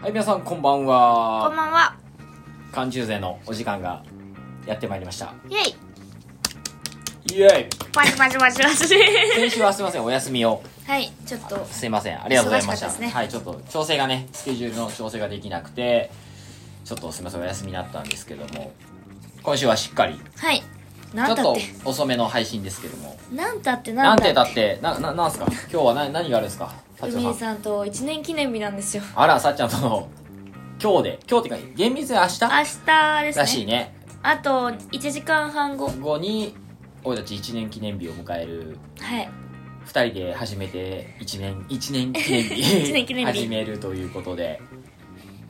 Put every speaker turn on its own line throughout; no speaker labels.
はい、皆さんこんばん
こん
は。
ばんは。
缶中勢のお時間がやってまいりました。
イェイ。
イエイ
パチパチパチパチ。
先週はすいません、お休みを。
はい、ちょっと。
すいません、ありがとうございました。
忙しかったですね
はい、ちょっと調整がね、スケジュールの調整ができなくて、ちょっとすいません、お休みになったんですけども、今週はしっかり、ち
はい。な
ょ
ん
っ
だっ
と
て。
遅めの配信ですけども。
なんだって
な
なんん
てだ
だ。
って、な、な、なんすか今日は何、何があるんですかさっちゃんさ
海
ん。
さんと一年記念日なんですよ。
あら、さっちゃんとの、今日で、今日っていうか、厳密に明日
明日で
ら
す
しい
ね。
ね。
あと一時間半後。
後に、俺たち1年記念日を迎える
はい。
二人で始めて1年1年記念
一年
日
記念日
始めるということで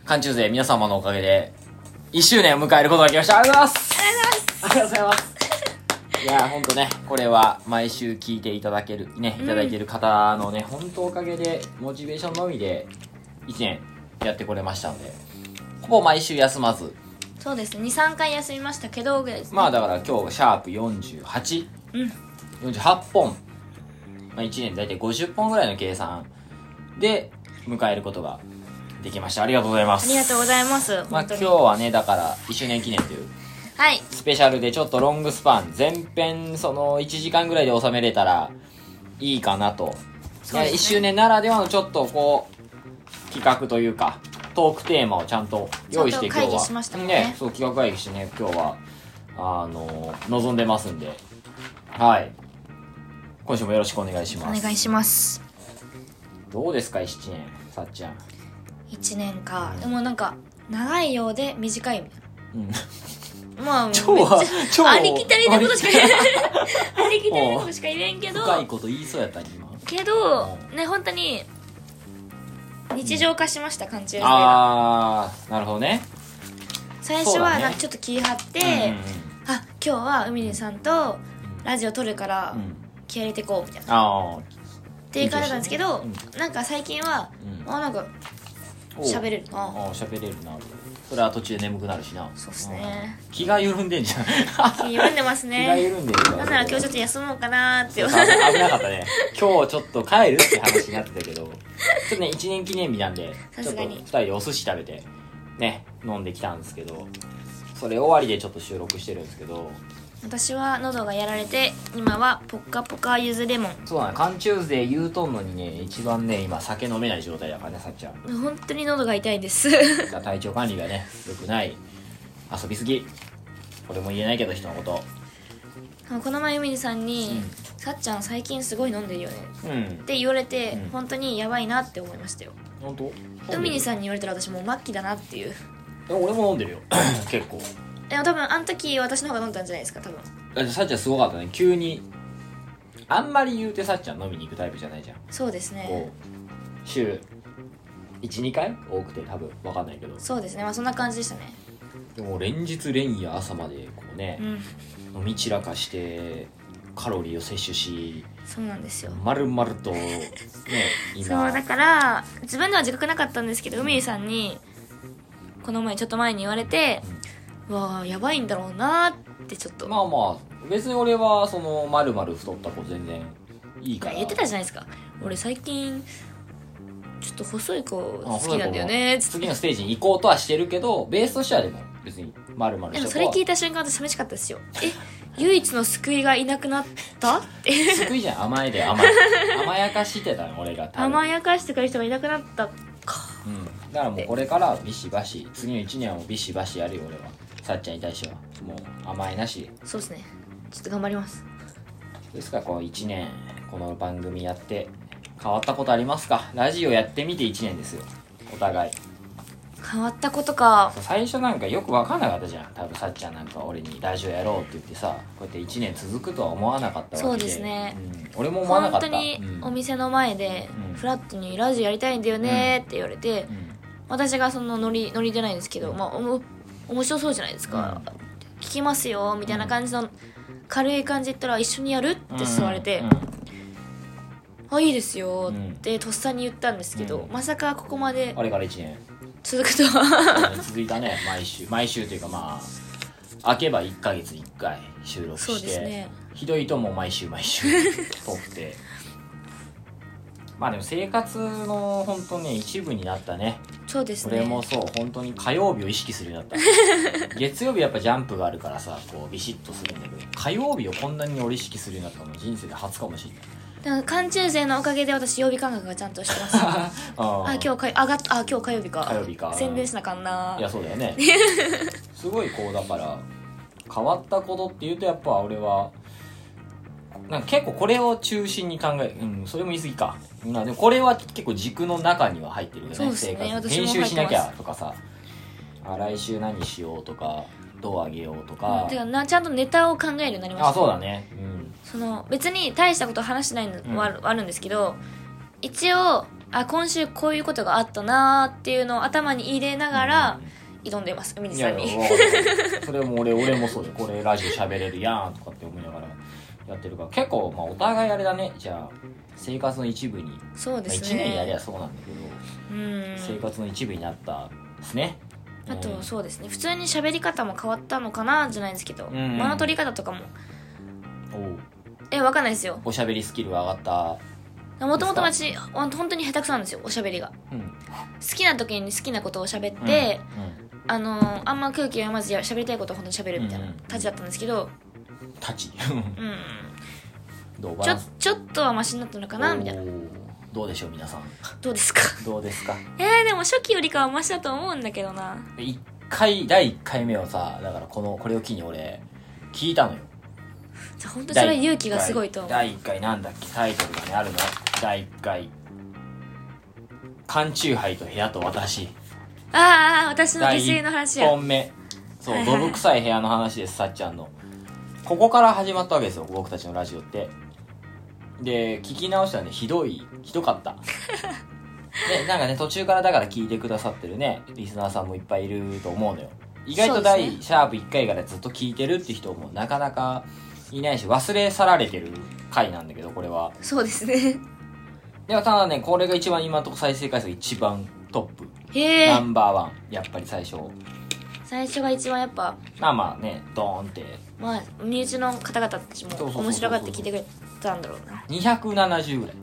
寒中勢皆様のおかげで1周年を迎えることができましたありがとうございますありがとうございます いや本当ねこれは毎週聞いていただけるねいただいてる方のね、本当おかげでモチベーションのみで1年やってこれましたのでほぼ毎週休まず
そうです。二三回休みましたけどぐらいですね。
まあだから今日シャープ48、
うん
48本、まあ、1年で大体50本ぐらいの計算で迎えることができましたありがとうございま
あ
す
りがとうございます。
まあ
本当
今
に。
日はねだから1周年記念という
はい。
スペシャルでちょっとロングスパン前編その1時間ぐらいで収めれたらいいかなと、
そうです
1
ね
周年ならではのちょっとこう企画というかトークテーマをちゃんと用意して
ち
今日
ゃんと会議
は
しましたもんね
そう企画会議してね今日はあの望んでますんではい今週もよろしくお願いし
お
ます
願いします。
どうですか1年さっちゃん
一年か。でもなんか長いようで短いみたい
うん
な。まあ。
超は
めっち
超
ゃありきたりなことしか言えない。 ありきたりなことしか言えんけど。
深いこと言いそうやったね今
けどね本当に日常化しました感じが
ああなるほどね
最
そ
初
うだ
は
ね
なんかちょっと気張って、
うん
あ今日は海音さんとラジオ撮るから
うんうん、うん
気合い入れてこうみたいな、
ああ
っていう感じなんですけど、
緊張
なんか最近は、
うん
あなんか喋れる
あ
な
あ喋れるなそれは途中で眠くなるしな
そうっすね
うん気が緩んでんじゃん
緩んでます
気が
ね
緩んでる
なんなら今日ちょっ
っ
と休もうかなーって
危なかったね今日ちょっと帰るって話になってたけどちょっとね1年記念日なんで
さ
ちょっ
す
と
がに
2人でお寿司食べてね飲んできたんですけどそれ終わりでちょっと収録してるんですけど
私は喉がやられて今はポッカポカゆずレモン
そうだね缶チューズで言うとんのにね一番ね今酒飲めない状態だからねさっちゃん
本当に喉が痛いです
体調管理がね良くない遊びすぎこれも言えないけど人のこと
でもこの前海音さんに
うん
「さっちゃん最近すごい飲んでるよね」
うん
って言われて、
うん
本当にやばいなって思いましたよ
本当
海にさんに言われたら私もう末期だなっていう
え俺も飲んでる よ結構
でも多分あの時私の方が飲んだんじゃないですか多分
だってさっちゃんすごかったね急にあんまり言うてさっちゃん飲みに行くタイプじゃないじゃん
そうですね
こう週12回多くて多分分かんないけど
そうですねまあそんな感じでしたね
でも連日連夜朝までこうね
う、ん
飲み散らかしてカロリーを摂取し
そうなんですよ
まるまるとね
そう
今
だから自分では自覚なかったんですけど海にさんにこの前ちょっと前に言われて、うわあやばいんだろうなってちょっと、
まあまあ別に俺はそのまるまる太った子全然いいから
言ってたじゃないですか俺最近ちょっと細い子好きなんだよ
あそう
ね
か
つって
次のステージに行こうとはしてるけどベースとしてはでも別にまるまる
で
し
も
と
そ
こ
れ
は
聞いた瞬間私寂しかったですよ。え、唯一の救いがいなくなったって。
救いじゃん甘えで甘え 甘やかしてたの俺が多分
甘やかしてくれる人がいなくなったか。
うん、だからもうこれからビシバシ次の1年をビシバシやるよ俺はさっちゃんに対してはもう甘えなし
そうですね。ちょっと頑張ります。
ですからこう1年この番組やって変わったことありますかラジオやってみて1年ですよお互い
変わったことか。
最初なんかよく分かんなかったじゃん多分さっちゃんなんか俺にラジオやろうって言ってさこうやって1年続くとは思わなかったわけで
そうですね
うん俺も思わなか
本
った
当に
うん
お店の前で
うん、
フラットにラジオやりたいんだよねって言われて
う、ん
私がそのノリ、ノリじゃないですけど、まあ、おも面白そうじゃないですか。聞きますよ、みたいな感じの、軽い感じで言ったら一緒にやるって誘われて
うんう、
あ、いいですよってとっさに言ったんですけど、
うん
まさかここまで
んあれから1年
続くとは。
続いたね 毎週毎週というかまあ開けば1ヶ月1回収録
そう
し
です
て、
ね
ひどいともう毎週毎週撮ってまあでも生活の本当ね一部になったね
そうですね
俺もそう本当に火曜日を意識するようになった月曜日やっぱジャンプがあるからさこうビシッとするんだけど火曜日をこんなに俺意識するようになったの人生で初かもしれない
だから寒中勢のおかげで私曜日感覚がちゃんとし てますあ
あ
今日かあがっあ今日火曜日か
火曜日か
宣伝しなあかんない
やそうだよねすごいこうだから変わったことっていうとやっぱ俺はなんか結構これを中心に考えうんそれも言い過ぎかなでもこれは結構軸の中には入ってるよね
そうですね私
編
も入って
集
ます
しなきゃとかさあ来週何しようとかどうあげようと
うん
か、
てかなちゃんとネタを考えるようになりました
あそうだねうん
その別に大したこと話してないのはある,、ん、んですけど一応あ今週こういうことがあったなーっていうのを頭に入れながら挑んでます海
い
地さ
や
ん
い
に
や わかんないそれも俺俺もそうでこれラジオ喋れるやんとかって思いながらやってるから結構まあお互いあれだねじゃあ生活の一部に、ま
そう
あ、
です
1年やり
ね
ゃそうなんだけど、
うん
生活の一部になったですね
あ
うん
とそうですね普通に喋り方も変わったのかなじゃないですけど、
ん
間の取り方とかも
おう
えわかんないですよ
おしゃべりスキルが上がっ
もともと私ほん本当に下手くそなんですよおしゃべりが
たうん
好きな時に好きなことを喋っ
うん
て、
うん
あのーあんま空気を読まずや喋りたいことを本当に喋るみたいな
うんうん
たちだったんですけど
立ち
うん
どうバ
ち
ラ
ょ
ンス
ちょっとはマシになったのかなみたいな
おうどうでしょう皆さん
どうですか
どうですか
えー、でも初期よりかはマシだと思うんだけどな
一回第1回目をさだからこのこれを機に俺聞いたのよ
じゃあ本当にそれは勇気がすごいと思う
第1回なんだっけタイトルがねあるの第1回「缶チューハイと部屋と私
あーあー私」の
第
犠牲の話
1
や
本目そ
は
う
いはいはい
どぶ臭い部屋の話ですさっちゃんのここから始まったわけですよ僕たちのラジオってで聞き直したらねひどいひどか ったでなんかね途中からだから聞いてくださってるねリスナーさんもいっぱいいると思うのよ意外と
そう
第、
ですね
シャープ1回からずっと聞いてるって人もなかなかいないし忘れ去られてる回なんだけどこれは
そうですね
でもただねこれが一番今のとこ再生回数が一番トップ、
へ
ナ
え
ンバーワンやっぱり最初
最初が一番やっぱ
まあまあねドーンって
まあ身内の方々たちも
そうそうそうそう
面白がって聞いてくれたんだろうな
270ぐらい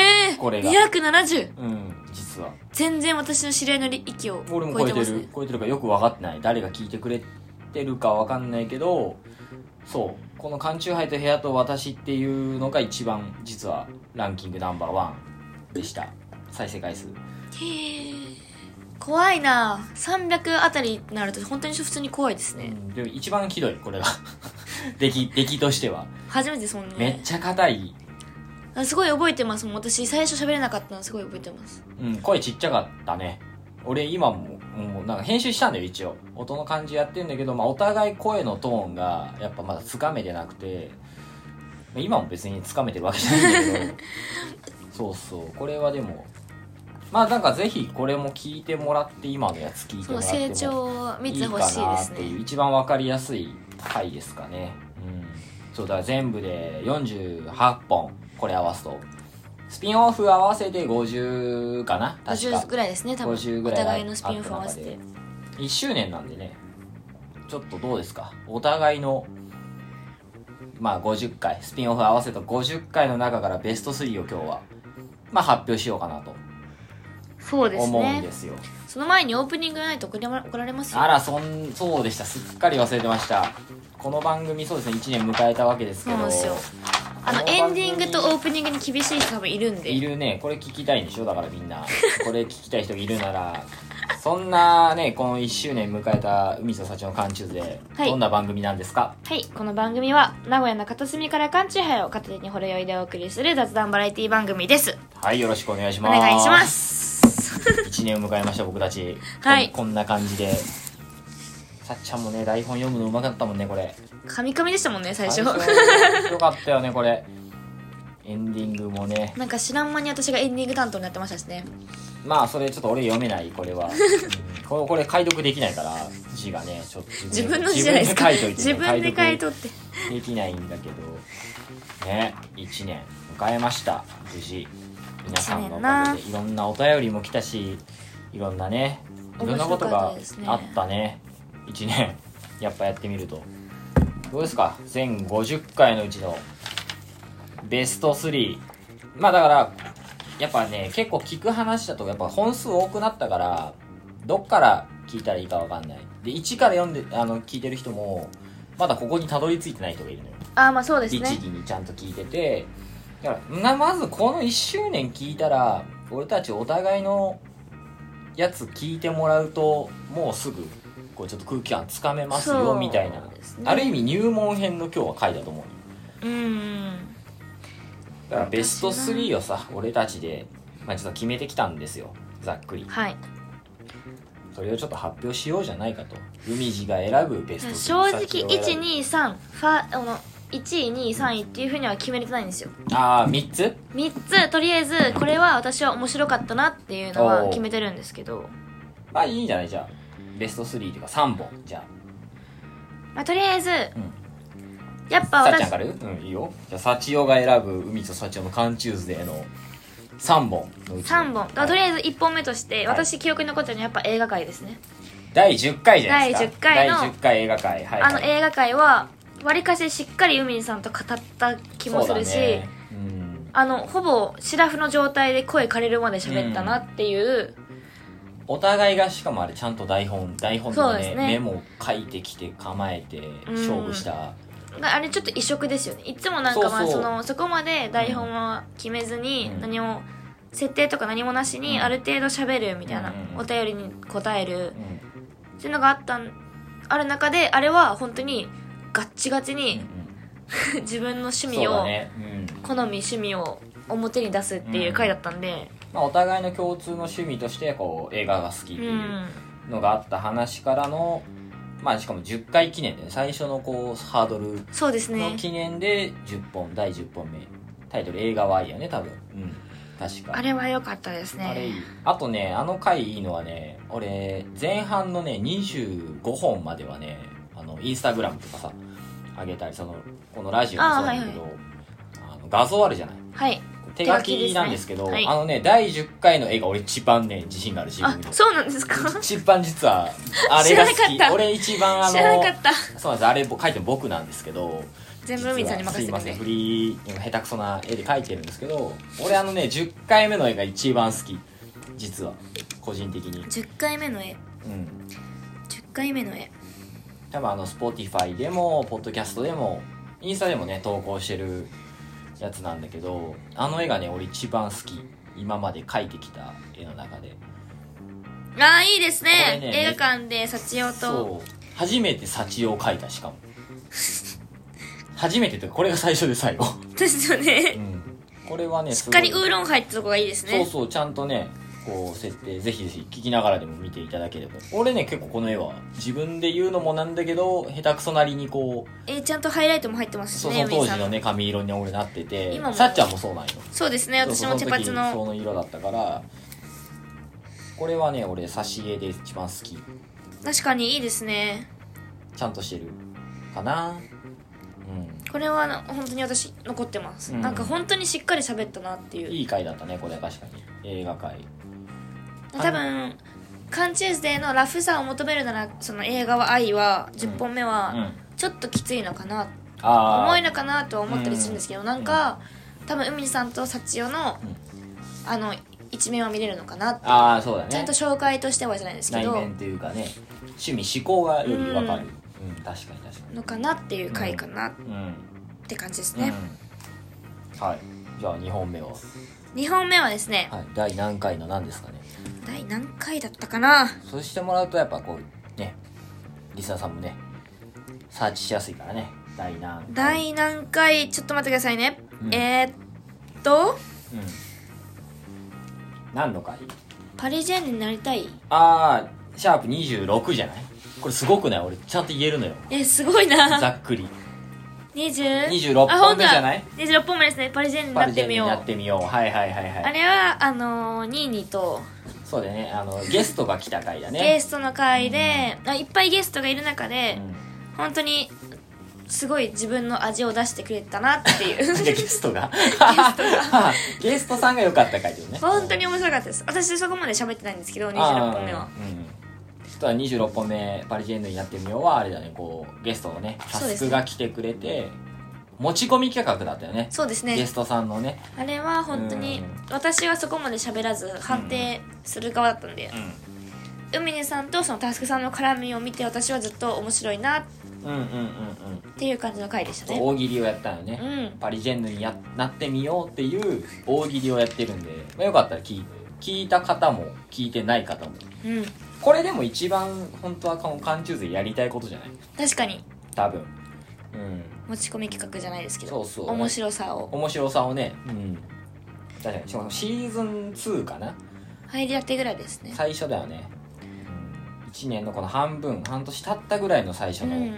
ええ
これが
ー、270
うん実は
全然私の知り合いの域を
俺
超
も超え
えて
て
ま
る
すね
超えてるからよく分かってない誰が聞いてくれてるか分かんないけどそうこの「缶チューハイと部屋と私」っていうのが一番実はランキングナンバーワンでした再生回数
へえ怖いな300あたりになると本当に普通に怖いですね
でも一番ひどいこれが 出来出来としては
初めてですもん
めっ
ね
ちゃ硬い、
あすごい覚えてますもん私最初喋れなかったのすごい覚えてます
うん、声ちっちゃかったね俺今ももうなんか編集したんだよ一応音の感じやってんだけど、まあ、お互い声のトーンがやっぱまだつかめてなくてまあ今も別につかめてるわけじゃないんだけど そうそうこれはでもまあなんかぜひこれも聞いてもらって今のやつ聞いて
そ
もら
う
っても
成長を見
い
て
いか
ほしいで
なっ
す
ていう
ね
一番わかりやすい回ですかねうんそうだから全部で48本これ合わすとスピンオフ合わせて50かな確
50
か
ぐらいですね多分
50
お
ぐらい
互いのスピンオフ合わせ
あ
て
1周年なんでねちょっとどうですかお互いのまあ50回スピンオフ合わせた50回の中からベスト3を今日はまあ発表しようかなと
そうです
思うん
ね
ですよ
その前にオープニングがないと怒りま怒られますよ
あらそんそうでしたすっかり忘れてましたこの番組そうですね1年迎えたわけですけ
そう
ど
なんですよあの
こ
エ
番
ンデ
組
ィングとオープニングに厳しい人もいるんで
いるねこれ聞きたいんでしょだからみんなこれ聞きたい人いるな らそんなねこの1周年迎えた海と幸の缶中で、
はい
どんな番組なんですか
はい、この番組は名古屋の片隅から缶チューハイを片手にほろ酔いでお送りする雑談バラエティ番組です。
はいよろしくお願いし
お
ます
願いします。
1年を迎えました僕たち
はい
こんこんな感じでさっちゃんもね台本読むのうまかったもんねこれ
カミカミでしたもんね、最初。
よかったよねこれエンディングもね
なんか知らん間に私がエンディング担当になってましたしね。
まあそれちょっと俺読めないこれは、う んこれこれ解読できないから字がねちょっと
自分の字じゃないですか。
自
自
分
分
で
で
書
書
い
い
と
と
いてね
って。
解読できないんだけどね1年迎えました無事皆さんのおかげでいろんなお便りも来たしいろんなねいろんなことが
面白かったですね
あったね1年やっぱやってみるとどうですか全50回のうちのベスト3まあだからやっぱね結構聞く話だとやっぱ本数多くなったからどっから聞いたらいいかわかんないで1から読んであの聞いてる人もまだここにたどり着いてない人がいるのよ
ああまあそうです
律
ね
儀にちゃんと聞いててだからなまずこの1周年聞いたら俺たちお互いのやつ聞いてもらうともうすぐこうちょっと空気感つかめます
そ
よ
う
みたいな、
ですね
ある意味入門編の今日は回だと思うよ
うん
だからベスト
私は
3をさ俺たちで、まあ、ちょっと決めてきたんですよざっくり
はい
それをちょっと発表しようじゃないかと海地が選ぶベスト3
正直
先を選ぶ
123ファあの1位2位3位っていうふうには決めれてないんですよ
ああ3つ
3つとりあえずこれは私は面白かったなっていうのは決めてるんですけど、
まあいいんじゃないじゃあベスト3というか3本じゃ
まあ、とりあえず、
ん
やっ
あ
ぱ
さっちゃん
私
から言ううんいいよじゃあさちおが選ぶ海とさちおの缶チューズデーの3本のうちの
3本、だからとり
はい
あえず1本目として
はい
私記憶に残ってるのはやっぱ映画界ですね、
第10回じゃないですか
第10回の
第10回映画界はい、
あの映画界はわりかししっかり海にさんと語った気もするし、
そうだねうん、
あのほぼシラフの状態で声枯れるまで喋ったなっていう、
お互いがしかもあれちゃんと台本台本とか
そうで
ね
すね
メモ書いてきて構えて勝負した、
があれちょっと異色ですよねいつもなんかまあ
そう
そ
そう
のそこまで台本は決めずに、
うん
何も設定とか何もなしに
うん
ある程度喋るみたいな、
うん
お便りに答える
うん
っていうのがあったんある中であれは本当にガッチガチに 自分の趣
そう
味
だ
を、
ね、うん
好み趣味を表に出すっていう回だったんで
まあ、お互いの共通の趣味としてこう映画が好きって
うん、
いうのがあった話からの、まあ、しかも10回記念で、ね、最初のこうハードル
そうですね
の記念で10本第10本目タイトル映画はいいよね多分うん確か
あれは良かったです
あれいい
ね
あとねあの回いいのはね俺前半のね25本まではねあのインスタグラムとかさ上げたりそのこのラジオもそうなんだけどあ、の画像あるじゃない
はい
手
手
書
書きです
き
ね
なんですけど
はい
あのね第10回の絵が俺一番ね自信がある自
あ
分の
そうなんですか
一番実はあれが好
知らなかっ
き
た
俺一番あの
知らなかった
そうなんですあれ僕書いてるの僕なんですけど
全部海さんに任せて
実は
く
すいません
れ
フリー下手くそな絵で描いてるんですけど俺あのね10回目の絵が一番好き実は個人的に
10回目の絵
うん
10回目の絵
多分あの Spotify でもポッドキャストでもインスタでもね投稿してるやつなんだけどあの絵がね俺一番好き今まで描いてきた絵の中で
ああいいですね
これね
映画館で幸代と
そう初めて幸男を描いたしかも初めてというかこれが最初で最後、
ですよ
う
ね
ん、これはね
しっかり
す
ウ
ごい
ーロン入ったとこがいいです
そう
ね
そうちゃんとねこう設定ぜひぜひ聞きながらでも見ていただければ俺ね結構この絵は自分で言うのもなんだけど下手くそなりにこう
えーちゃんとハイライトも入ってますし
そ
ね
の
海
当
さ
時
ん
の
の
ね髪色に俺なってて
今も
さっちゃんもそうなんよ
そうですね私
そう
も
そ
茶
の
髪
時
の
その色だったからこれはね俺挿絵で一番好き
確かにいいですね
ちゃんとしてるかなうん
これはな本当に私残ってます、
うん
なんか本当にしっかり喋ったなっていう
いい回だったねこれは確かに映画界
多分カンチューズデーのラフさを求めるならその映画は愛は10本目
う
は
ん
ちょっときついのかな、
あ
重い
あ
のかなとは思ったりするんですけど、なんか多分海さんと幸代の、あの一面は見れるのかなって
ああそうだね
ちゃんと紹介としてはじゃないですけ
内
ど
面というかね趣味思考がより分かるうん、確かに確か
のかなっていう回かなっ
にうん、
て感じですね、
うん、はいじゃあ2本目は、
2本目はですね、
はい、第何回の何ですかね
第何回だったかな
そうしてもらうとやっぱこうねリスナーさんもねサーチしやすいからね第何回
第何回ちょっと待ってくださいね、
うん
えー、っと
うん何の回
パリジェンヌになりたい
ああシャープ26じゃないこれすごくない俺ちゃんと言えるの よ
えすごいな
ざっくり
20
26
あ本
本目じゃない
当だ26本目ですねパリジェンヌになってみよう
やってみようはいはいはいは
あ
い
れはあのーニーニーと
そうだよねあのゲストが来た回だ
ゲ
ね
ストの会で、あいっぱいゲストがいる中
う
で、
ん
本当にすごい自分の味を出してくれたなってい う
でゲストがゲストさんが良かった回だよね
本当に面白かったです私そこまで喋ってないんですけど
あー
26本目は
うんちょっと26本目パリジェンヌになってみようはあれだねこうゲストのねタ
そうで
ス
す
ク
ね
が来てくれて持ち込み企画だったよね
そうです
ゲ
ね
ストさんのね、
あれは本当
う
に
ん
私はそこまで喋らず判定する側だったんで
う
海根さんとそのタスクさんの絡みを見て私はずっと面白いなっ
ん、うんうんうんうん
ていう感じの回でしたね
大喜利をやったのね、
うん
パリジェンヌにやなってみようっていう大喜利をやってるんで、まあ、よかったら聞い聞いた方も聞いてない方も
うん
これでも一番本当はこの缶中でやりたいことじゃない
確かに
多分うん
持ち込み企画じゃないですけど
そうそう
面白さを
面白さをねうん確かにしかもシーズン2かな
入りたてぐらいですね
最初だよね、うん、1年のこの半分半年経ったぐらいの最初
う
の
ん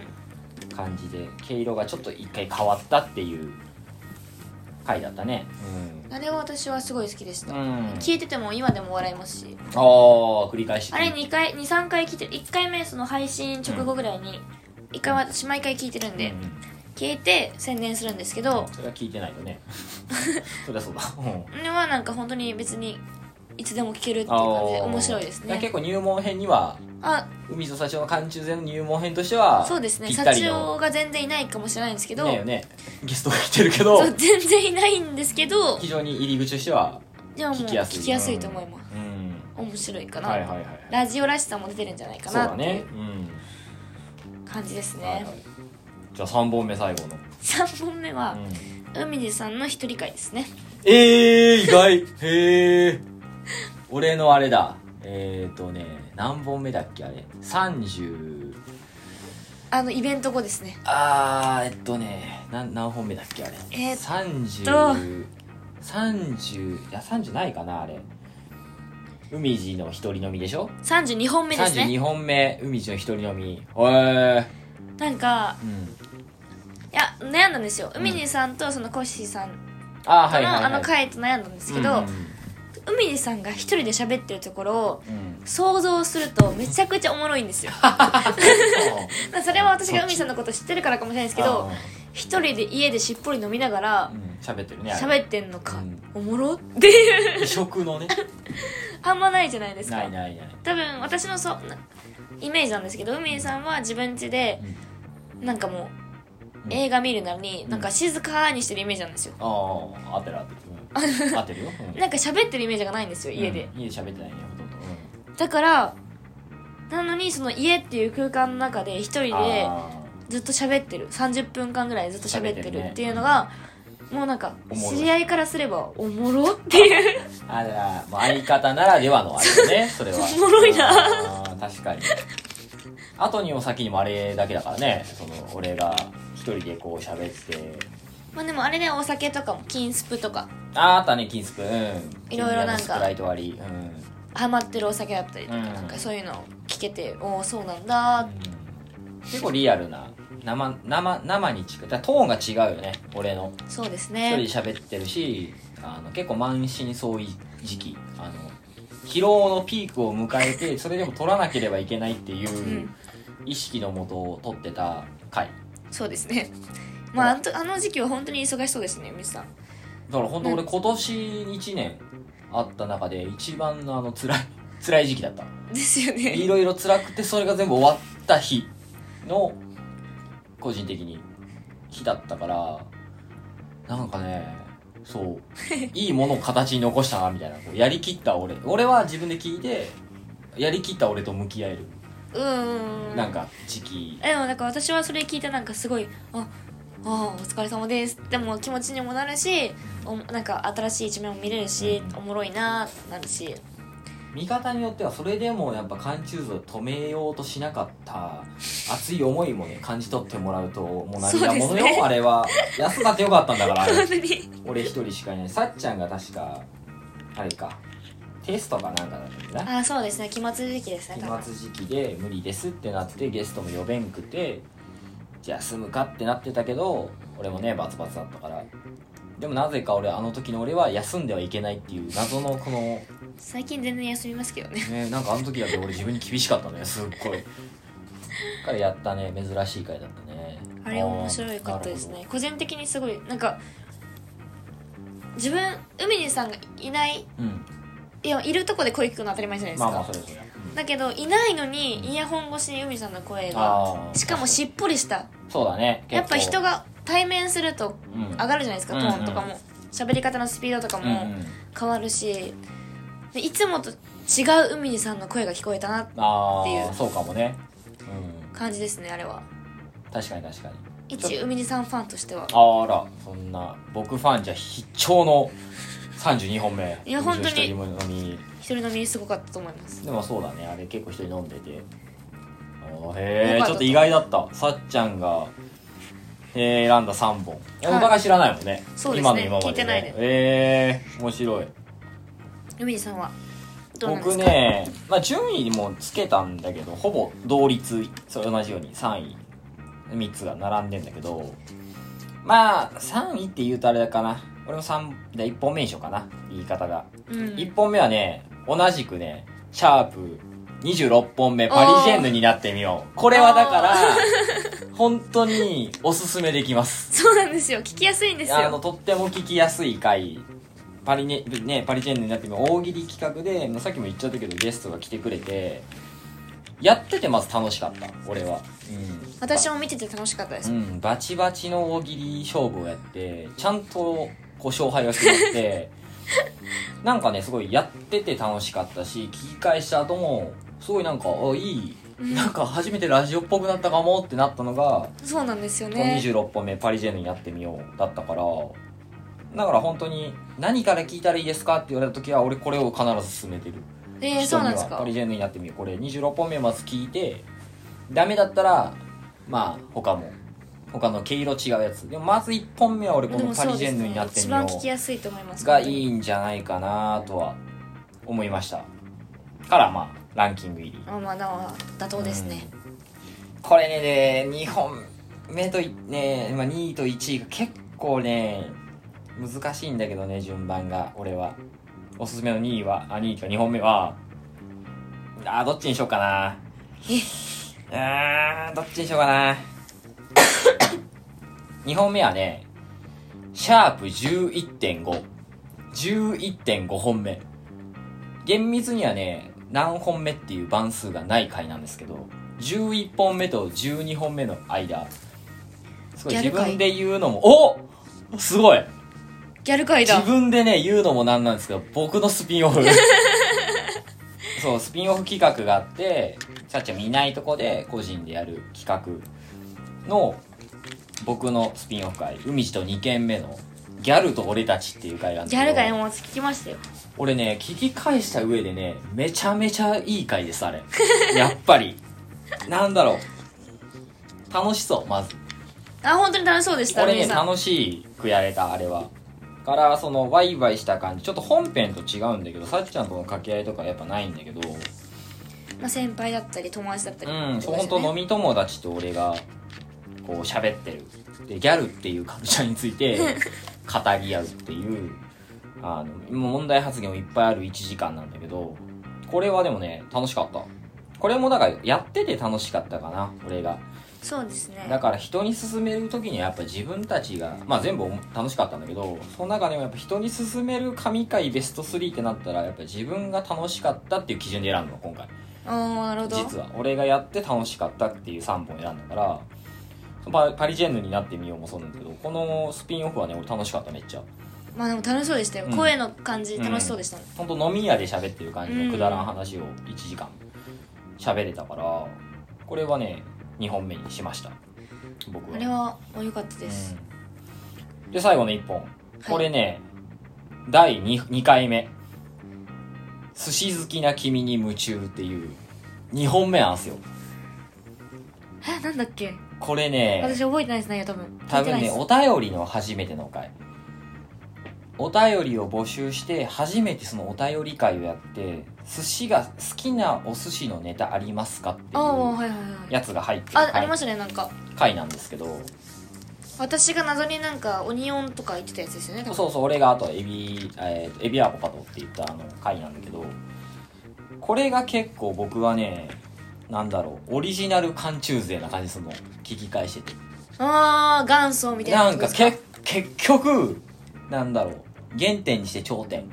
感じで、毛色がちょっと一回変わったっていう回だったね
あれは私はすごい好きでし
う
た
ん、うん、
聞いてても今でも笑いますし
ああ繰り返し
あれ2回23回聞いて1回目その配信直後ぐらいに1回私毎回聞いてるん
うんう
で
ん
聞いて宣伝するんですけど
それは聞いてないよ ねそりゃそうだ、うん、
ではなんか本当に別にいつでも聞けるっていう感じで
あー
面白いです
だから
ね
結構入門編には
あ
海と社長の寒中戦の入門編としては
そうですね
ぴっ
社
たり
長
の
が全然いないかもしれないんですけど
ねえよねゲストが来てるけど
そう全然いないんですけど
非常に入り口としては
じゃあもう
聞きやすい
聞きやすいと思います
うん
面白いかな、
はいはいはいはい
ラジオらしさも出てるんじゃないか
そう
な
だ
ってい
ね
う
うん
感じです
はい
ね
はいじゃあ3本目最後の、
3本目は
うん
海地さんの一人会ですね
えー、意外へえ俺のあれだえっ、ー、とね何本目だっけあれ30
あのイベント後ですね
あーえっとねなん何本目だっけあれ
えーっと
3030いや30ないかなあれ海地の一人飲みでしょ
32本目ですね
32本目海地の一人飲みへえ
なんか
うん
いや悩んだんですよ海地さんとそのコッシーさん
あー
と
はいはい、は
の
い、
あの回と悩んだんですけ
う
ど
ん
海地さんが一人で喋ってるところを
うんうん
想像するとめちゃくちゃおもろいんですよ まあそれは私が海さんのこと知ってるからかもしれないですけど一人で家でしっぽり飲みなが
あ
ら
ーうん喋ってるねあれ
喋ってんのか
うん
おもろっていう
異色のね
あんまないじゃないですか
ないないない、
多分私のそうなイメージなんですけど海さんは自分家で
うん
なんかも
う
うん映画見るなのに
うん
なんか静かにしてるイメージなんですよ
ああ合ってる合ってる、うん、合ってるよ、うん
なんか喋ってるイメージがないんですよ家で、
うん家で喋ってないねほとんど、うん
だからなのにその家っていう空間の中で一人で
あ
ずっと喋ってる30分間ぐらいずっと喋っ
喋
て
ってる
る
ね
っていうのがもうなんか
おもろい
知り合いからすればおもろっていう
ー あらもう相方ならではのあれだねそれは
おもろいな
あー確かに後にも先にもあれだけだからねその俺が一人でこう喋って
まあでもあれでお酒とかも金スプとか
あーあったね金スプーン
いろいろなんか
スプライト割りうん、うん
ハマってるお酒だったりとか,、
うん
なんかそういうのを聞けておおそうなんだ
結構リアルな生生生に近いだからトーンが違うよね俺の
そうです
一
ね
人で喋ってるしあの結構満身創痍時期あの疲労のピークを迎えてそれでも取らなければいけないっていう
うん
意識のもとを取ってた回
そうで すねまああのとあの時期は本当に忙しそうですねみさん
だから本当俺今年1年あった中で一番のあの辛い辛い時期だった
ですよ
い
ね
ろいろ辛くてそれが全部終わった日の個人的に日だったからなんかねそう いいものを形に残したなみたいなこうやりきった俺俺は自分で聞いてやりきった俺と向き合える
うーん
なんか時期
でもなんか私はそれ聞いてなんかすごいああーお疲れ様ですでも気持ちにもなるしおなんか新しい一面も見れるし、
うん
おもろいなーなるし
見方によってはそれでもやっぱ寒中図を止めようとしなかった熱い思いもね感じ取ってもらうともう涙も
そう
の
です
よ、
ね
あれは休だってよかったんだからあれ
本 当に
俺一人しかいないさっちゃんが確かあれかテストかなんかだったんだよな
ああそうですね期末時期ですね
期
多分
末時期で無理ですってなってゲストも呼べんくてじゃあ住むかってなってたけど俺もねバツバツだったからでもなぜか俺あの時の俺は休んではいけないっていう謎のこの、
最近全然休みますけどね
ね、なんかあの時だけ俺自分に厳しかったねすっごいからやったね珍しい回だったね
あれ面白いかったですね個人的にすごいなんか自分海にさんがいない
あーなるほどうん
いやいるとこで声聞くの当たり前じゃないです
ま
か、
あまあそれそれ、うん
だけどいないのにイヤホン越しに海さんの声が
あー
しかもしっぽりした
そうだね
やっぱ人
が
が対面すると
うん
上がるじゃないですか、
うん
トーンとかも喋り方のスピードとか
うん
も
うん
変わるしでいつもと違う海にさんの声が聞こえたな
あ
ってい
あ
う
そうかもねうん
感じですねあれは
確かに確かに
一海にさんファンとしては
あらそんな僕ファンじゃ必聴の32本目
いや本当に
一人も飲み
一人飲みすごかったと思います
でもそうだねあれ結構一人飲んでてあーへ
よ
え
かった
ちょっと意外だったさっちゃんがえー選んだ3本お
はい
互い知らないもんね、
そうですね
今の今まで、ね、
聞いてないです
えー、面白い
海にさんはどうなんですか
僕ね、まあ、順位もつけたんだけどほぼ同率そう同じように3位3つが並んでんだけどまあ3位って言うとあれだかな俺も3で1本目にしようかな言い方が、
うん
1本目はね同じくねシャープ26本目パリジェンヌになってみようこれはだから本当におすすめできます
そうなんですよ聞きやすいんです
あの
よ
とっても聞きやすい回パリ,、ねね、パリジェンヌになって今大喜利企画でもうさっきも言っちゃったけどゲストが来てくれてやっててまず楽しかった俺は、うん、
私も見てて楽しかったで
う
す、
ん、バチバチの大喜利勝負をやってちゃんとこう勝敗が決まってなんかねすごいやってて楽しかったし聞き返した後もすごいなんかあいいなんか初めてラジオっぽくなったかもってなったのが
そうなんですよ
もう
ね
26本目パリジェンヌになってみようだったからだから本当に何から聞いたらいいですかって言われた時は俺これを必ず勧めてる
えー、
人
そう
に
なんです
はパ
か
リジェンヌになってみようこれ26本目まず聞いてダメだったらまあ他も他の毛色違うやつでもまず1本目は俺こ
で
の
も
パ
そ
リ
う
ジェ
です
ンヌ
ね
になって
一
みよ
番聞き
う
やすいと思います
がい
本当に
いんじゃないかなとは思いましたからまあランキング入り
あまあだわ妥当ですね、
これねね2本目といね、まあ、2位と1位が結構ね難しいんだけどね順番が俺はおすすめの2位はあ2位と2本目はあーどっちにしようかなあーどっちにしようかな2本目はねシャープ11.511.5本目厳密にはね何本目っていう番数がない回なんですけど11本目と12本目の間すごい
ギャ
自
ル回
分で言うのもおすごい
ギャル界だ
自分でね言うのもなんなんですけど僕のスピンオフ そうスピンオフ企画があってさっちゃん見ないとこで個人でやる企画の僕のスピンオフ会海地と2軒目の「ギャルと俺たち」っていう会があるん
ギ
だ
ャ
け
ル
ど
界も聞きましたよ
俺ね聞き返した上でねめちゃめちゃいい回ですあれやっぱ りなんだろう楽しそうまず
あ本当に楽しそうでした
これ
皆
ね
さん
楽しくやれたあれはからそのワイワイした感じちょっと本編と違うんだけどさっちゃんとの掛け合いとかやっぱないんだけど
まあ、先輩だったり友達だったり、
うん
そ
そうう
です
本
ね
当飲み友達と俺がこう喋ってるでギャルっていうカルチャーについ て語り合うっていうあのもう問題発言もいっぱいある1時間なんだけどこれはでもね楽しかったこれもだからやってて楽しかったかな俺が
そうですね
だから人に勧める時にはやっぱ自分たちがまあ全部楽しかったんだけどその中でもやっぱ人に勧める神回ベスト3ってなったらやっぱ自分が楽しかったっていう基準で選んだの今回
ああなるほど
実は俺がやって楽しかったっていう3本選んだからパパリジェンヌになってみようもそうなんだけどこのスピンオフはね俺楽しかっためっちゃ
まあでも楽しそうでしたよ、
うん
声の感じ楽しそうでしたね、
ほんと飲み屋で喋ってる感じ
うん
のくだらん話を1時間喋れたからこれはね2本目にしました僕は
あれは良かったです、
うんで最後の1本これね、第 2, 2回目「寿司好きな君に夢中」っていう2本目なんですよ
えなんだっけ
これね
私覚えてないです内容多分聞
多
いてな
分
いで
ね
す
お便りの初めての回お便りを募集して初めてそのお便り会をやって寿司が好きなお寿司のネタありますかってい
ああ
う
はいはいはい
やつが入ってる
ああり
回
ましたねなんか
回なんですけど
私が謎になんかオニオンとか言ってたやつですよね多分
そうそう俺があとエビ、えーエビアボカドって言ったあの回なんだけどこれが結構僕はねなんだろうオリジナル缶中勢な感じするの聞き返してて
ああ元祖みたいな
な
こ
んか
とです
け結局なんだろう原点にして頂 点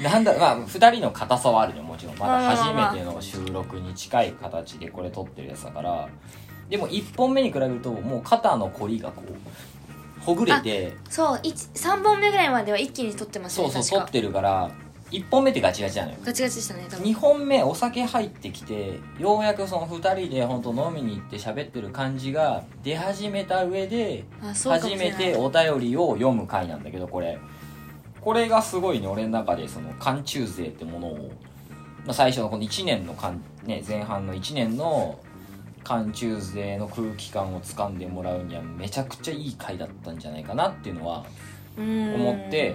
なんだろうまあ2人の硬さはあるねもちろんまだ
まあまあまあ
初めての収録に近い形でこれ撮ってるやつだからでも1本目に比べるともう肩のこりがこうほぐれて
そう3本目ぐらいまでは一気に取ってますよ
そう
ね
そう
確
反っ
か
てるから1本目ってガチガチなのよ
ガチガチでしたね多分
2本目お酒入ってきてようやくその2人で本当飲みに行って喋ってる感じが出始めた上で
あそうか
初
もしれ
め
ない
てお便りを読む回なんだけどこれこれがすごいね俺の中でその寒中勢ってものを、まあ、最初のこの1年の寒、ね、前半の1年の寒中勢の空気感を掴んでもらうにはめちゃくちゃいい回だったんじゃないかなっていうのは思
思
って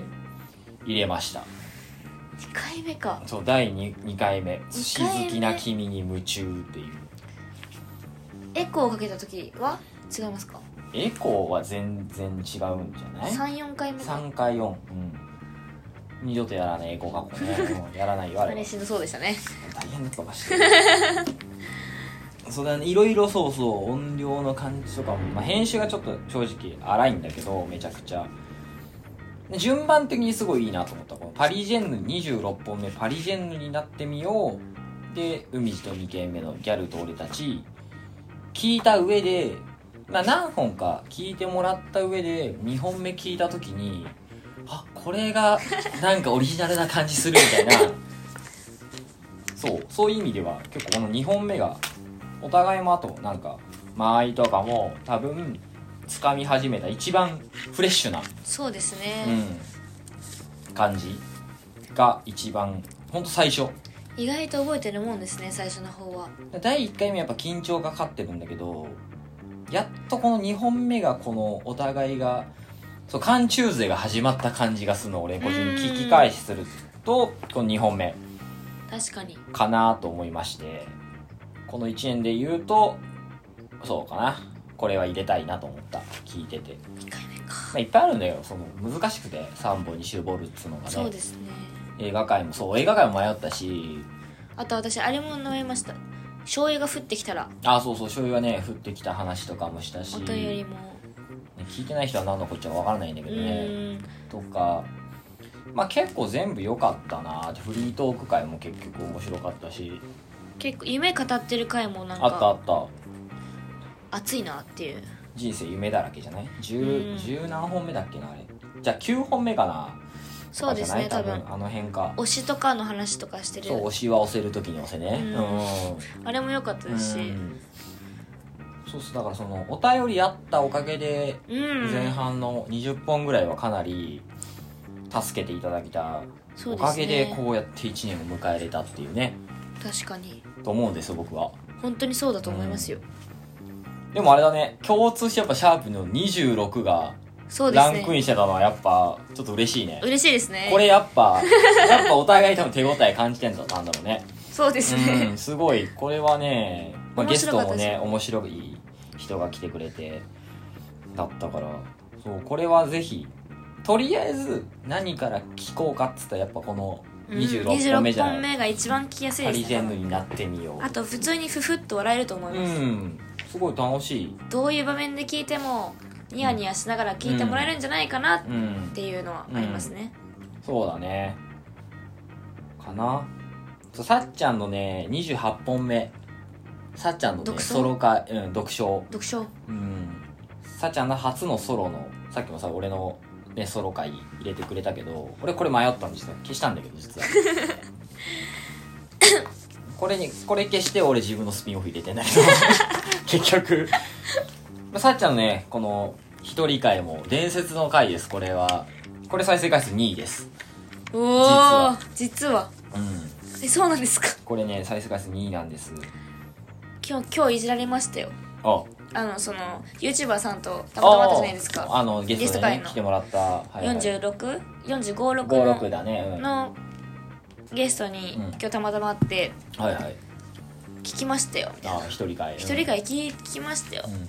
入れました
2回目か
そう第 2, 2回目「
二
静
回目
きな君に夢中」っていう
エコーをかけた時は違いますか
エコーは全然違うんじゃない
34回目か
3回4うん二度とやらないエコー過去ねもうやらないよあ
あ
れ
れ
は
しんどそうでしたね
大変だったまして そうだねいろいろそうそう音量の感じとかも、まあ、編集がちょっと正直荒いんだけどめちゃくちゃで順番的にすごいいいなと思ったこのパリジェンヌ26本目パリジェンヌになってみようで海地と2軒目のギャルと俺たち聞いた上で、まあ、何本か聞いてもらった上で2本目聞いた時にあこれがなんかオリジナルな感じするみたいなそうそういう意味では結構この2本目がお互いもあとなんか間合いとかも多分掴み始めた一番フレッシュな
そうですね、
うん、感じが一番ほんと最初
意外と覚えてるもんですね最初の方は
第1回目やっぱ緊張がかかってるんだけどやっとこの2本目がこのお互いがそう寒中勢が始まった感じがするの俺個人
うん
聞き返しするとこの2本目
確かに
かなと思いましてこの1年で言うとそうかなこれは入れたいなと思った聞いてて、
2回目か、
まあ、いっぱいあるんだよその難しくて3本に絞るっつうのがね
そうですね
映画界もそう映画界も迷ったし
あと私あれも飲めました醤油が降ってきたら
あそうそう醤油がね降ってきた話とかもしたし、
お便り
ね、
も
聞いてない人は何のこっちゃわからないんだ
う
けどね
ーん
とかまあ結構全部良かったなってフリートーク会も結局面白かったし
結構夢語ってる回もなん
あったあ
か
った
熱いなっていう
人生夢だらけじゃない
うん
十十何本目だっけなあれじゃあ9本目かな
そうですね
とか
多
じゃない
分
あの辺か
推しとかの話とかしてる
そう押しは押せる時に押せね
うん
うん
あれも良かったですし
うんそうそうだからそのお便りあったおかげで
うん
前半の20本ぐらいはかなり助けていただいた
そう
お
ですね
かげでこうやって1年を迎えれたっていうね
確かに
と思うんですよ僕は
本当にそうだと思いますよ、
でもあれだね共通してやっぱシャープの26が
そうです
ラ
ね
ンクインしてたのはやっぱちょっと嬉しいね
嬉しいですね
これやっぱやっぱお互い多分手応え感じてんだなんだろうね
そうですね、
うんすごいこれはね、まあ、ゲ
面
ス
白
ト
かった
も
です
ね面白い人が来てくれてだったからそうこれはぜひとりあえず何から聞こうかっつったらやっぱこの
うん
26本目じゃ
26本
ない、
目が一番聞きやすい
パ
で
リ
す
ジェンヌ
ね
になってみよ
あと普通にふふっと笑えると思
う
いうます、
んすごい楽しい
どういう場面で聞いてもニヤニヤしながら聞いてもらえるんじゃないかなっ
うん
ていうのはありますね、
そうだねかなそうさっちゃんのね28本目さっちゃんのね
独奏
ソロかうん読書
読書
うんさっちゃんの初のソロのさっきもさ俺の、ね、ソロ回入れてくれたけど俺これ迷ったんですよ消したんだけど実はこれにこれ消して俺自分のスピンオフ入れてんだけど結局まあさっちゃんのねこの一人回も伝説の回ですこれはこれ再生回数2位です
おお
は
実は
うん
えそうなんですか
これね再生回数2位なんです
今日今日いじられましたよ
あ
あのその YouTuber さんとたまたま会ったじゃないですか
あのゲストで、
ゲスト回
ね、
の
来てもらった、はいはい、56
4645
だね、うん、は
のゲストに
うん
今日たまたま会って
いはい
聞きましたよみたい
あ
な
一人会
一人会聞聞きましたよ
うん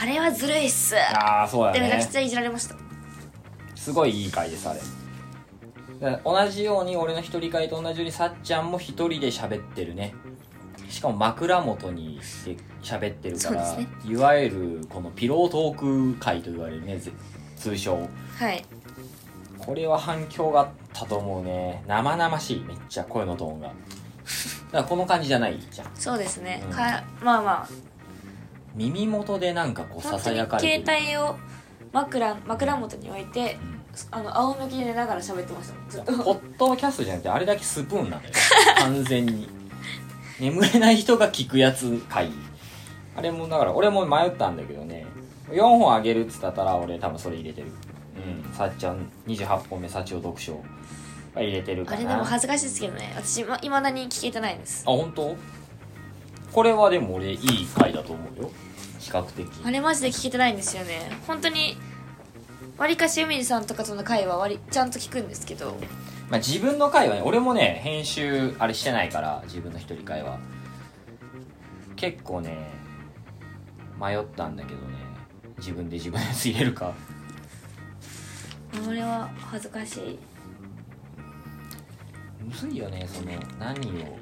あれはずるいっす
ああそうだ
ってめちゃ
ね
くちゃいじられました
すごいいい回ですあれだから同じように俺の一人会と同じようにさっちゃんも一人で喋ってるねしかも枕元にして喋ってるから、
そうです
いわゆるこのピロートーク会と言われるねぜ通称
はい
これは反響があったと思うね生々しいめっちゃ声のトーンがだからこの感じじゃないじゃん
そうですね、
うん
かまあまあ
耳元でなんかこうさ
本
さ
当に
やかれて
携
る
帯を枕枕元に置いて、あの仰向けに寝ながら喋ってましたもんずっと
ポッドキャストじゃなくてあれだけスプーンなのよ完全に眠れない人が聞くやつ会あれもだから俺も迷ったんだけどね4本あげるっつったら俺多分それ入れてるうんさっちゃん28本目幸男読書は入れてるか
あ
な
れでも恥ずかしいですけどね私ま未だに聞けてないです
あ本当これはでも俺いい回だと思うよ比較的
あれマジで聞けてないんですよね本当にわりかし海地さんとかとの会はわりちゃんと聞くんですけど
まあ、自分の回はね俺もね編集あれしてないから自分の一人会は結構ね迷ったんだけどね自分で自分のやつ入れるか
あれは恥ずかしい
むずいよねその何を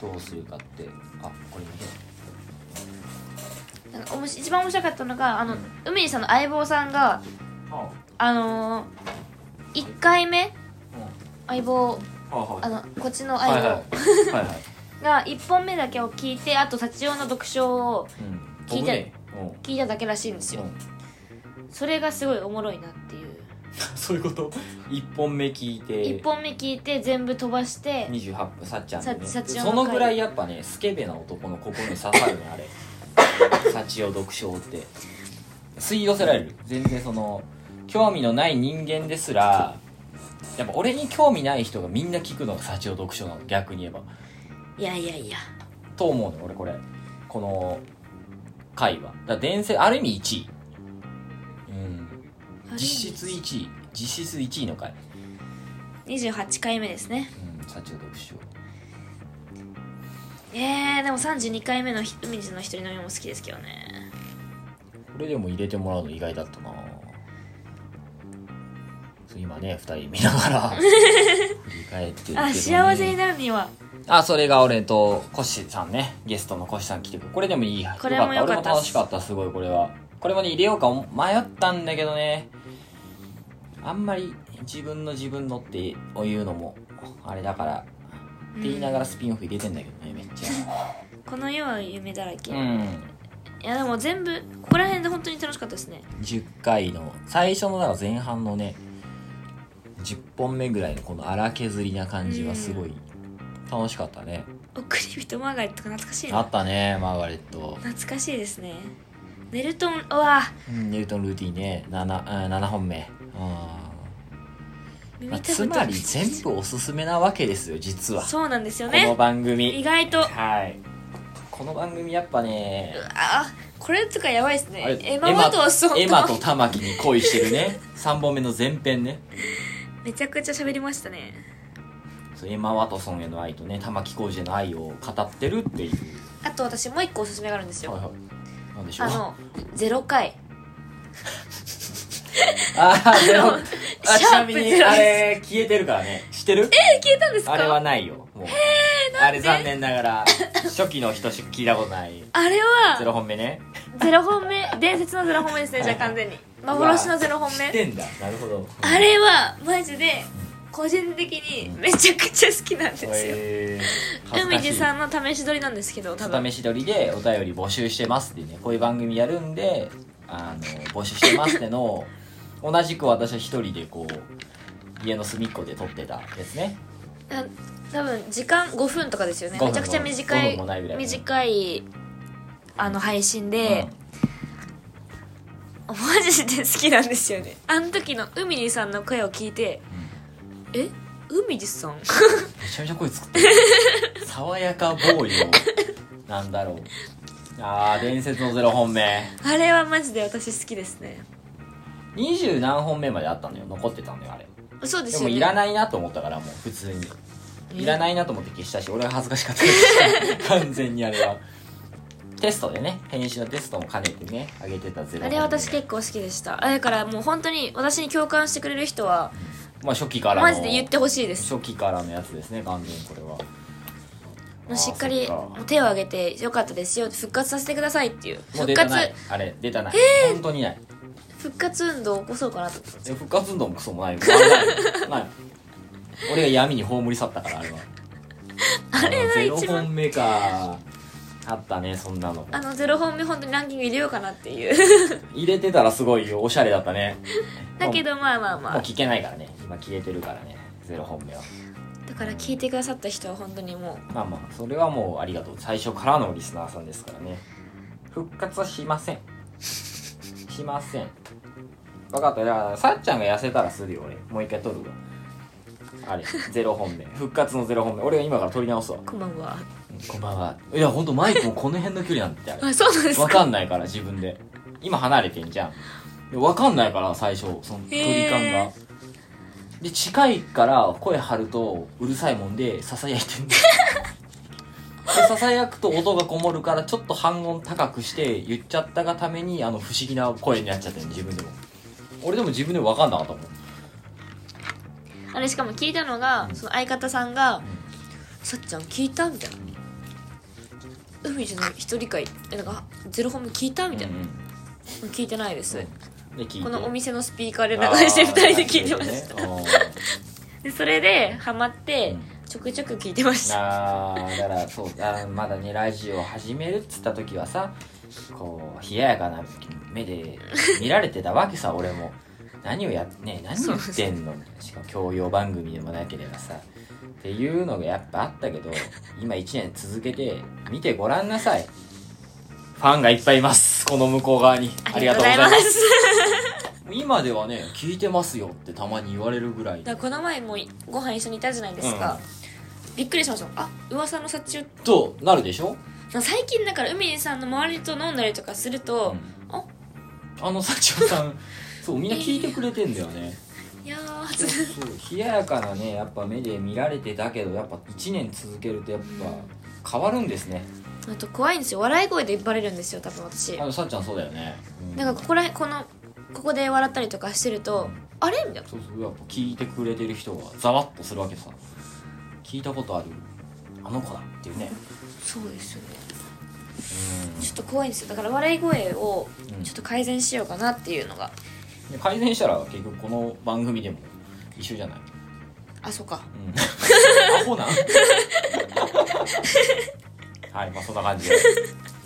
どうするかってあこれ見て
なんかおもし一番面白かったのがあの海地さんの相棒さんが
あ
あのー、1回目相棒
あは
あのこっちの
はいはい
相
はいはい
棒が1本目だけを聞いてあと立ち用の読書を
うん
聞
飛
い
ぶ
た
ねうん
聞いただけらしいんですよ
うん
それがすごいおもろいなっていう
そういうこと1本目聞いて
1本目聞いて全部飛ばして
28分さっちゃんのね
さ幸男
そ
の
の
回
ぐらいやっぱねスケベな男の心に刺さるねあれ幸男読書って吸い寄せられる全然その興味のない人間ですらやっぱ俺に興味ない人がみんな聞くのが幸男読書なの逆に言えば
いやいやいや
と思うのよ俺これこの回はだから伝説ある意味1位うん実質1位実質1位の回
28回目ですね
うん幸男読書
えー、でも32回目のひ海地の一人飲みも好きですけどね
これでも入れてもらうの意外だったなそう今ね2人見なが ら振り返ってるけどね、
あ幸せになるには
あそれが俺とコシさんねゲストのコシさん来てくれこれでもいいや
これも良か
俺も
ったっす
楽しかったすごいこれはこれもね入れようか迷ったんだけどねあんまり自分の自分のっていうのもあれだからって言いながらスピンオフ入れてんだけどねめっち ゃ
この世は夢だらけ、
う
い
ん
やでも全部ここら辺で本当に楽しかったですね
10回の最初のだから前半のね10本目ぐらいのこの荒削りな感じはすごい楽しかったね、
送り人マーガレットが懐かしい
あ
な
ったねマーガレット、
懐かしいですねネルトンうわ
うん、ネルトンルーティンね 7, 7本目う
耳
ん、まあ、
た
つ
ぶ
まり全部おすすめなわけですよ実はこ
そうなんですよ
の
ね
番
意
組
外と
はいこの番組やっぱね
あこれとかやばいです
あ
ね
れ
エママとソン
エマと玉木に恋してるね3本目の前編ね
めちゃくちゃ喋りましたね
そうエマ・ワトソンへの愛とね玉置浩二への愛を語ってるっていう
あと私もう一個おすすめがあるんですよ、
はいはい。なんでしょう。
あの0回
あー、ゼロ。あ、
シ
ち
ャ
な
ープ
み
ゼロ
に、あれ、消えてるからね。知ってるえ
消えたんですか
あれはないよ。もう。あれ残念ながら、初期の人しか聞いたことない。
あれ
ゼ
は
ロ本目ね。
ゼロ本目伝説のゼロ本目ですねじゃあ完全に幻のゼロ本
知っ
目
てんだ。なるほど。
あれはマジで個人的にめちゃくちゃ好きなん ですよ
えー
海地さ
ん。
んの試し撮りなんですけど多分
お試し撮りでお便り募集してますっていうね、こういう番組やるんで、あの、募集してますってのを、同じく私は一人でこう、家の隅っこで撮ってたやつね。
あ多分時間5分とかですよね
5分
めちゃくちゃ短
5分
い
もないぐらいね
短いあの配信で、マジで好きなんですよねあの時の海にさんの声を聞いて
うん。うん
え海にさん
めちゃめちゃ声作ってる爽やかボーイをなんだろうあー伝説の0本目
あれはマジで私好きですね
二十何本目まであったのよ残ってたのよあれ
そうで
ですも
よね
いらないなと思ったからもう普通にいら
い
ないなと思って消したし俺は恥ずかしかった です完全にあれはテストでね編集のテストも兼ねてね上げてた0本目
あれは私結構好きでしたあだからもう本当に私に共感してくれる人は
まあ初期からの
マジで言ってほしいです
初期からのやつですね完全にこれは
もうしっかり
あーそっか
手を挙げてよかったですよ復活させてくださいっていう
もう
復
出た
活
ないあれ出たない、本当にない
復活運動を起こそうかなと思って
え復活運動もクソもないよないない 俺が闇に葬り去ったからあれはあれ
が一番
0本目かあったねそんなの
あの0本目本当にランキング入れようかなって いう
入れてたらすごいおしゃれだったね
だけ
ど
どまあまあま
もう
あ
聞けないからね今消えてるからねゼロ本目は
だから聞いてくださった人は本当にも
まあまあそれはもうありがとう最初からのリスナーさんですからね復活はしま せんしません分かっただからさっちゃんが痩せたらするよ俺もう一回撮るわあれゼロ本目復活のゼロ本目俺が今から撮り直すわ
うこんばんは
こんばんはいやほんとマイクもこの辺の距離なんてあれ
あそうなんです
わ
か
かんないから自分で今離れてんじゃんでわかんないから最初その距離感
へ
がで近いから声張るとうるさいもんでささやいてんの でささやくと音がこもるからちょっと半音高くして言っちゃったがためにあの不思議な声になっちゃってる自分でも俺でも自分でもわかんなかったもん
あれしかも聞いたのが、その相方さんが「さっちゃん聞いた?」みたいな「海ちゃんの一人会えなんかゼロ本目聞いた?」みたいな、
うん
聞いてないです、
うんで聞いて
このお店のスピーカーで流して2人で聞いてました、
あーなるほどね
でそれでハマっ
う
て
ん
ちょくちょく聞いてました
あーだからそうあーまだねラジオを始めるっつった時はさこう冷ややかな目で見られてたわけ さ俺も何をやっね何言ってんのみたいなしかも教養番組でもなければさっていうのがやっぱあったけど今1年続けて見てごらんなさいファンがいっぱいいますこの向こう側にありがとうございます
す
今ではね聞いてますよってたまに言われるぐらい
だからこの前もご飯一緒にいたじゃないですか、びっくりしましたあ噂の殺虫
となるでしょ、
最近だから海さんの周りと飲んだりとかすると、あ
あの幸男 さんそうみんな聞いてくれてんだよね
いや
そう
ー
そう冷ややかなねやっぱ目で見られてたけどやっぱ1年続けるとやっぱ変わるんですね
あと怖いんですよ笑い声でバレるんですよ多分私
あのさっちゃんそうだよね、う
なんかここらへんこのここで笑ったりとかしてると「あれ?」みたいな
そうそうやっぱ聞いてくれてる人がざわっとするわけさ聞いたことあるあの子だっていうね
そうですよね
うん
ちょっと怖いんですよだから笑い声を
うん
ちょっと改善しようかなっていうのが
で改善したら結局この番組でも一緒じゃない
あそうか
うんア ホなんはいまあそんな感じで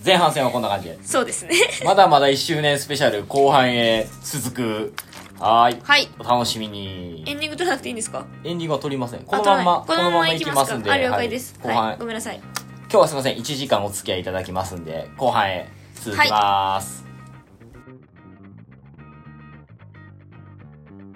前半戦はこんな感じで
そうですね
まだまだ1周年スペシャル後半へ続く。はーい。
はい
お楽しみに。
エンディング取らなくていいんですか
エンディングは撮りません。こ
あ
の
取ら
ま
なん
ま、
いこのまま
行
い
き
き
ま
ますす
ん
か
で。
あ了解です
はい後半、
はいご
今
めんなさい
日はすいません。1時間お付き合いいただきますんで、後半へ続きます。